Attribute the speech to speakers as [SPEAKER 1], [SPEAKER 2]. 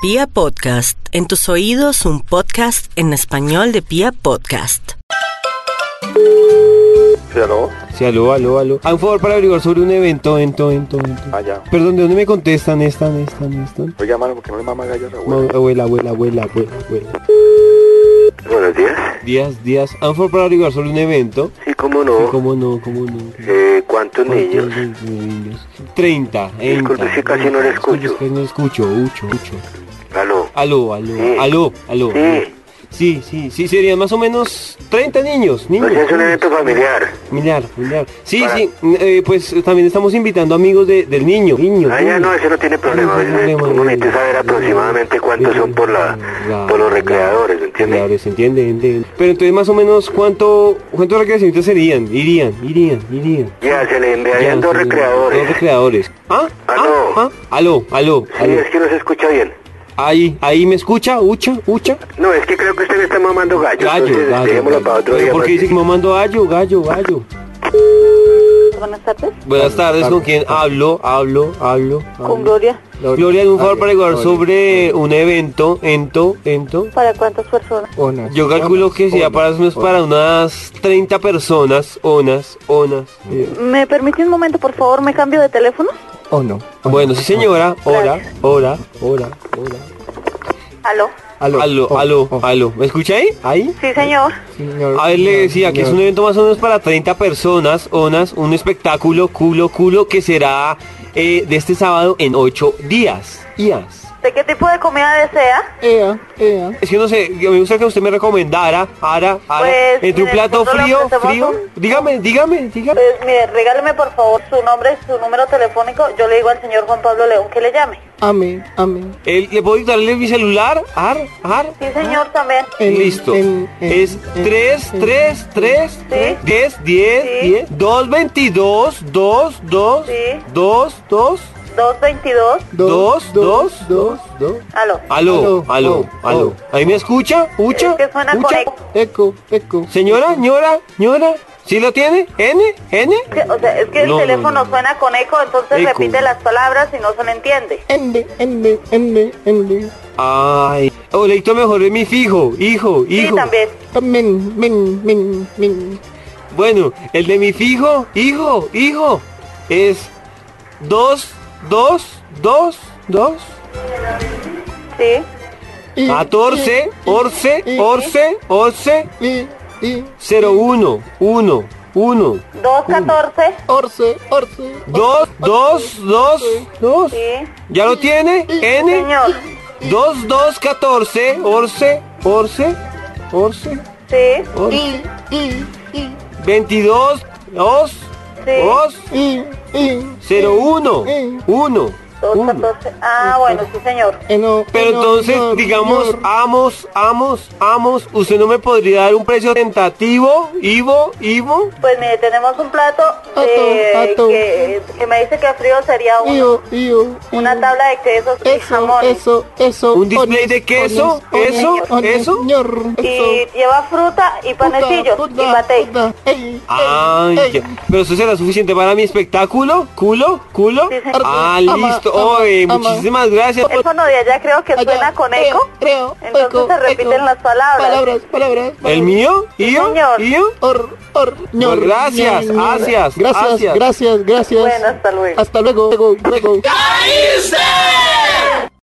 [SPEAKER 1] Pia Podcast, en tus oídos un podcast en español de Pia Podcast.
[SPEAKER 2] Sí, aló.
[SPEAKER 3] Sí, aló, aló, aló. A un favor para averiguar sobre un evento, ento, ento, ento.
[SPEAKER 2] Ah, ya.
[SPEAKER 3] Perdón, ¿de dónde me contestan? Están, están, están.
[SPEAKER 2] Oiga, mano, ¿por qué no le mama gallo a la
[SPEAKER 3] No,
[SPEAKER 2] abuela?
[SPEAKER 3] abuela, abuela, abuela, abuela, abuela.
[SPEAKER 4] Buenos días.
[SPEAKER 3] Días, días. A un favor para averiguar sobre un evento.
[SPEAKER 4] Sí, cómo no.
[SPEAKER 3] ¿Cómo no? ¿Cómo no?
[SPEAKER 4] Eh, ¿Cuántos niños?
[SPEAKER 3] ¿Cuántos niños? 30,
[SPEAKER 4] Disculpe,
[SPEAKER 3] enta,
[SPEAKER 4] sí, casi no
[SPEAKER 3] enta.
[SPEAKER 4] le escucho.
[SPEAKER 3] Disculpe, es que no escucho, ucho, ucho.
[SPEAKER 4] Aló.
[SPEAKER 3] Aló, aló,
[SPEAKER 4] Sí.
[SPEAKER 3] aló, aló.
[SPEAKER 4] Sí.
[SPEAKER 3] Sí, sí, sí, serían más o menos 30 niños,
[SPEAKER 4] No
[SPEAKER 3] niños.
[SPEAKER 4] es un
[SPEAKER 3] niños.
[SPEAKER 4] evento familiar.
[SPEAKER 3] Familiar, familiar. Sí,
[SPEAKER 4] Para-
[SPEAKER 3] sí, eh, pues también estamos invitando amigos de- del niño. niño
[SPEAKER 4] Ah, ya
[SPEAKER 3] niño.
[SPEAKER 4] no, ese no tiene problema.
[SPEAKER 3] No, no hay problema,
[SPEAKER 4] Uno
[SPEAKER 3] no,
[SPEAKER 4] necesita
[SPEAKER 3] no,
[SPEAKER 4] saber
[SPEAKER 3] no,
[SPEAKER 4] aproximadamente
[SPEAKER 3] no,
[SPEAKER 4] cuántos
[SPEAKER 3] no,
[SPEAKER 4] son por la-
[SPEAKER 3] no,
[SPEAKER 4] por los
[SPEAKER 3] no,
[SPEAKER 4] recreadores, ¿entiende?
[SPEAKER 3] Recreadores, entiende, entiende. Pero entonces más o menos cuánto cuántos recreacionistas serían? Irían, irían, irían.
[SPEAKER 4] Ya, se le
[SPEAKER 3] Ya,
[SPEAKER 4] enviarían dos
[SPEAKER 3] sí, Dos
[SPEAKER 4] recreadores. Sí,
[SPEAKER 3] recreadores. ¿Ah?
[SPEAKER 4] Aló.
[SPEAKER 3] ¿Ah? ah, Aló, aló, aló.
[SPEAKER 4] es que no se escucha bien.
[SPEAKER 3] Ahí, ahí me escucha, ucha, ucha.
[SPEAKER 4] No, es que creo que usted me está mamando gallo.
[SPEAKER 3] Gallo,
[SPEAKER 4] entonces,
[SPEAKER 3] gallo.
[SPEAKER 4] dejémoslo
[SPEAKER 3] gallo.
[SPEAKER 4] para otro
[SPEAKER 3] Pero
[SPEAKER 4] día. pues,
[SPEAKER 3] ¿Por qué
[SPEAKER 4] porque-
[SPEAKER 3] dice que mamando gallo, gallo, gallo?
[SPEAKER 5] Buenas tardes,
[SPEAKER 3] Buenas tardes, ¿con quién hablo? Hablo, hablo.
[SPEAKER 5] con
[SPEAKER 3] hablo.
[SPEAKER 5] Gloria.
[SPEAKER 3] Gloria, un favor para igual sobre un evento, ento, ento.
[SPEAKER 5] ¿Para cuántas personas?
[SPEAKER 3] Yo calculo que sea para, unas- para unas 30 personas, onas, onas. eh.
[SPEAKER 5] ¿Me permite un momento, por favor? ¿Me cambio de teléfono?
[SPEAKER 6] ¿O no?
[SPEAKER 3] Bueno, sí señora, hora,
[SPEAKER 5] Gracias.
[SPEAKER 3] hora, hora, hora.
[SPEAKER 5] ¿Aló?
[SPEAKER 3] Aló, aló, aló, aló. ¿Me escucha ahí? Ahí.
[SPEAKER 5] Sí, señor.
[SPEAKER 6] Señor,
[SPEAKER 3] A ver, le decía que es un evento más o menos para 30 personas, onas, un espectáculo, culo, culo, que será eh, de este sábado en 8 días. Días.
[SPEAKER 5] ¿De qué tipo de comida desea?
[SPEAKER 6] Ea, ea.
[SPEAKER 3] Es que no sé, me gusta que usted me recomendara, ara, ara,
[SPEAKER 5] Pues,
[SPEAKER 3] entre un
[SPEAKER 5] mire,
[SPEAKER 3] plato
[SPEAKER 5] nosotros le
[SPEAKER 3] frío,
[SPEAKER 5] ofrecemos
[SPEAKER 3] frío,
[SPEAKER 5] un-
[SPEAKER 3] dígame, dígame, dígame.
[SPEAKER 5] Pues mire, regáleme por favor su nombre, su número telefónico. Yo le digo al señor Juan Pablo León que le llame.
[SPEAKER 6] Amén, amén.
[SPEAKER 3] El- ¿Le puedo darle mi celular? Ar, ar.
[SPEAKER 5] Sí,
[SPEAKER 3] Ah.
[SPEAKER 5] señor, también.
[SPEAKER 6] En-
[SPEAKER 3] Listo.
[SPEAKER 6] en- en-
[SPEAKER 3] es
[SPEAKER 6] en-
[SPEAKER 3] 3,
[SPEAKER 6] en-
[SPEAKER 3] 3, 3,
[SPEAKER 5] Sí.
[SPEAKER 3] 10, 10,
[SPEAKER 5] Sí.
[SPEAKER 3] 10, 2, 22, 2, 2,
[SPEAKER 5] Sí.
[SPEAKER 3] 2, 2,
[SPEAKER 5] 222.
[SPEAKER 3] Dos, dos,
[SPEAKER 6] dos, dos.
[SPEAKER 5] ¿Aló?
[SPEAKER 3] aló,
[SPEAKER 6] Aló,
[SPEAKER 3] aló,
[SPEAKER 6] oh,
[SPEAKER 3] aló. ¿Ahí me escucha? ¿Ucha?
[SPEAKER 5] Es que suena con
[SPEAKER 3] ¿Ucha?
[SPEAKER 5] eco.
[SPEAKER 6] Eco, eco.
[SPEAKER 3] Señora, ñora, ñora, ¿sí lo tiene? ¿N? ¿N?
[SPEAKER 5] Es que, o sea, es que el
[SPEAKER 3] No, no,
[SPEAKER 5] teléfono
[SPEAKER 3] no, no.
[SPEAKER 5] suena con eco, entonces
[SPEAKER 3] Eco.
[SPEAKER 5] repite las palabras y no se le entiende.
[SPEAKER 6] Ende, ende, ende, ende.
[SPEAKER 3] Ay. O le dicto mejor de mi fijo, hijo, hijo.
[SPEAKER 5] Sí, también.
[SPEAKER 6] Men, men, men, men.
[SPEAKER 3] Bueno, el de mi fijo, hijo, hijo, es 2, 2, 2, 2,
[SPEAKER 5] Sí.
[SPEAKER 6] Y,
[SPEAKER 3] 14,
[SPEAKER 6] y,
[SPEAKER 3] 11, 11, 11,
[SPEAKER 6] Y, y,
[SPEAKER 3] 0, 1, 1, 1,
[SPEAKER 5] 214.
[SPEAKER 6] orce, orce.
[SPEAKER 3] 2, 2, 2, 2.
[SPEAKER 5] Sí.
[SPEAKER 3] ¿Ya lo tiene? N.
[SPEAKER 5] Señor.
[SPEAKER 3] 2, 2, 14, 11, 11, 11,
[SPEAKER 5] Sí.
[SPEAKER 3] 11,
[SPEAKER 6] Y, y, y,
[SPEAKER 3] 22, 2,
[SPEAKER 5] Sí.
[SPEAKER 3] 2,
[SPEAKER 6] y, y.
[SPEAKER 3] 0, 1,
[SPEAKER 6] Eh.
[SPEAKER 3] 1.
[SPEAKER 5] 214. Ah, bueno, sí, señor.
[SPEAKER 6] Eno,
[SPEAKER 3] Pero
[SPEAKER 6] eno,
[SPEAKER 3] entonces,
[SPEAKER 6] nor,
[SPEAKER 3] digamos, ah,
[SPEAKER 6] nor.
[SPEAKER 3] amos, amos, amos, ¿usted no me podría dar un precio tentativo, Ivo, Ivo?
[SPEAKER 5] Pues mire, tenemos un plato
[SPEAKER 6] Pato,
[SPEAKER 5] eh,
[SPEAKER 6] pato.
[SPEAKER 5] Que, que me dice que frío sería un-
[SPEAKER 6] Io, io,
[SPEAKER 5] una
[SPEAKER 6] io.
[SPEAKER 5] tabla de quesos y
[SPEAKER 6] Eso,
[SPEAKER 5] jamón.
[SPEAKER 6] eso, eso.
[SPEAKER 3] ¿Un display de queso? ¿Eso? ¿Eso?
[SPEAKER 6] Señor,
[SPEAKER 5] Y
[SPEAKER 6] eso.
[SPEAKER 5] lleva fruta y
[SPEAKER 6] Puta,
[SPEAKER 5] panecillos
[SPEAKER 6] puta,
[SPEAKER 5] y bate.
[SPEAKER 6] puta. Ey,
[SPEAKER 3] Ay,
[SPEAKER 6] ey,
[SPEAKER 3] Ah, ya. ¿pero eso será suficiente para mi espectáculo? ¿Culo? ¿Culo?
[SPEAKER 5] Sí, señor.
[SPEAKER 3] Ah,
[SPEAKER 6] Ama,
[SPEAKER 3] listo.
[SPEAKER 6] ama,
[SPEAKER 3] Oye,
[SPEAKER 6] ama.
[SPEAKER 3] muchísimas gracias.
[SPEAKER 5] El fono de allá creo que
[SPEAKER 6] ey.
[SPEAKER 5] suena
[SPEAKER 6] Allá,
[SPEAKER 5] con eco.
[SPEAKER 6] creo, creo,
[SPEAKER 5] Entonces
[SPEAKER 6] eco,
[SPEAKER 5] se repiten
[SPEAKER 6] eco.
[SPEAKER 5] las palabras.
[SPEAKER 6] Palabras, palabras.
[SPEAKER 3] ¿El mío?
[SPEAKER 5] Sí,
[SPEAKER 3] ¿Io?
[SPEAKER 5] señor.
[SPEAKER 3] ¿Io?
[SPEAKER 6] Or, or, ñor,
[SPEAKER 3] Gracias,
[SPEAKER 6] ñor, ñor.
[SPEAKER 3] gracias,
[SPEAKER 6] gracias,
[SPEAKER 3] gracias.
[SPEAKER 6] gracias, gracias.
[SPEAKER 5] Bueno, hasta luego.
[SPEAKER 6] Hasta luego, luego, luego.
[SPEAKER 7] ¡Caíste!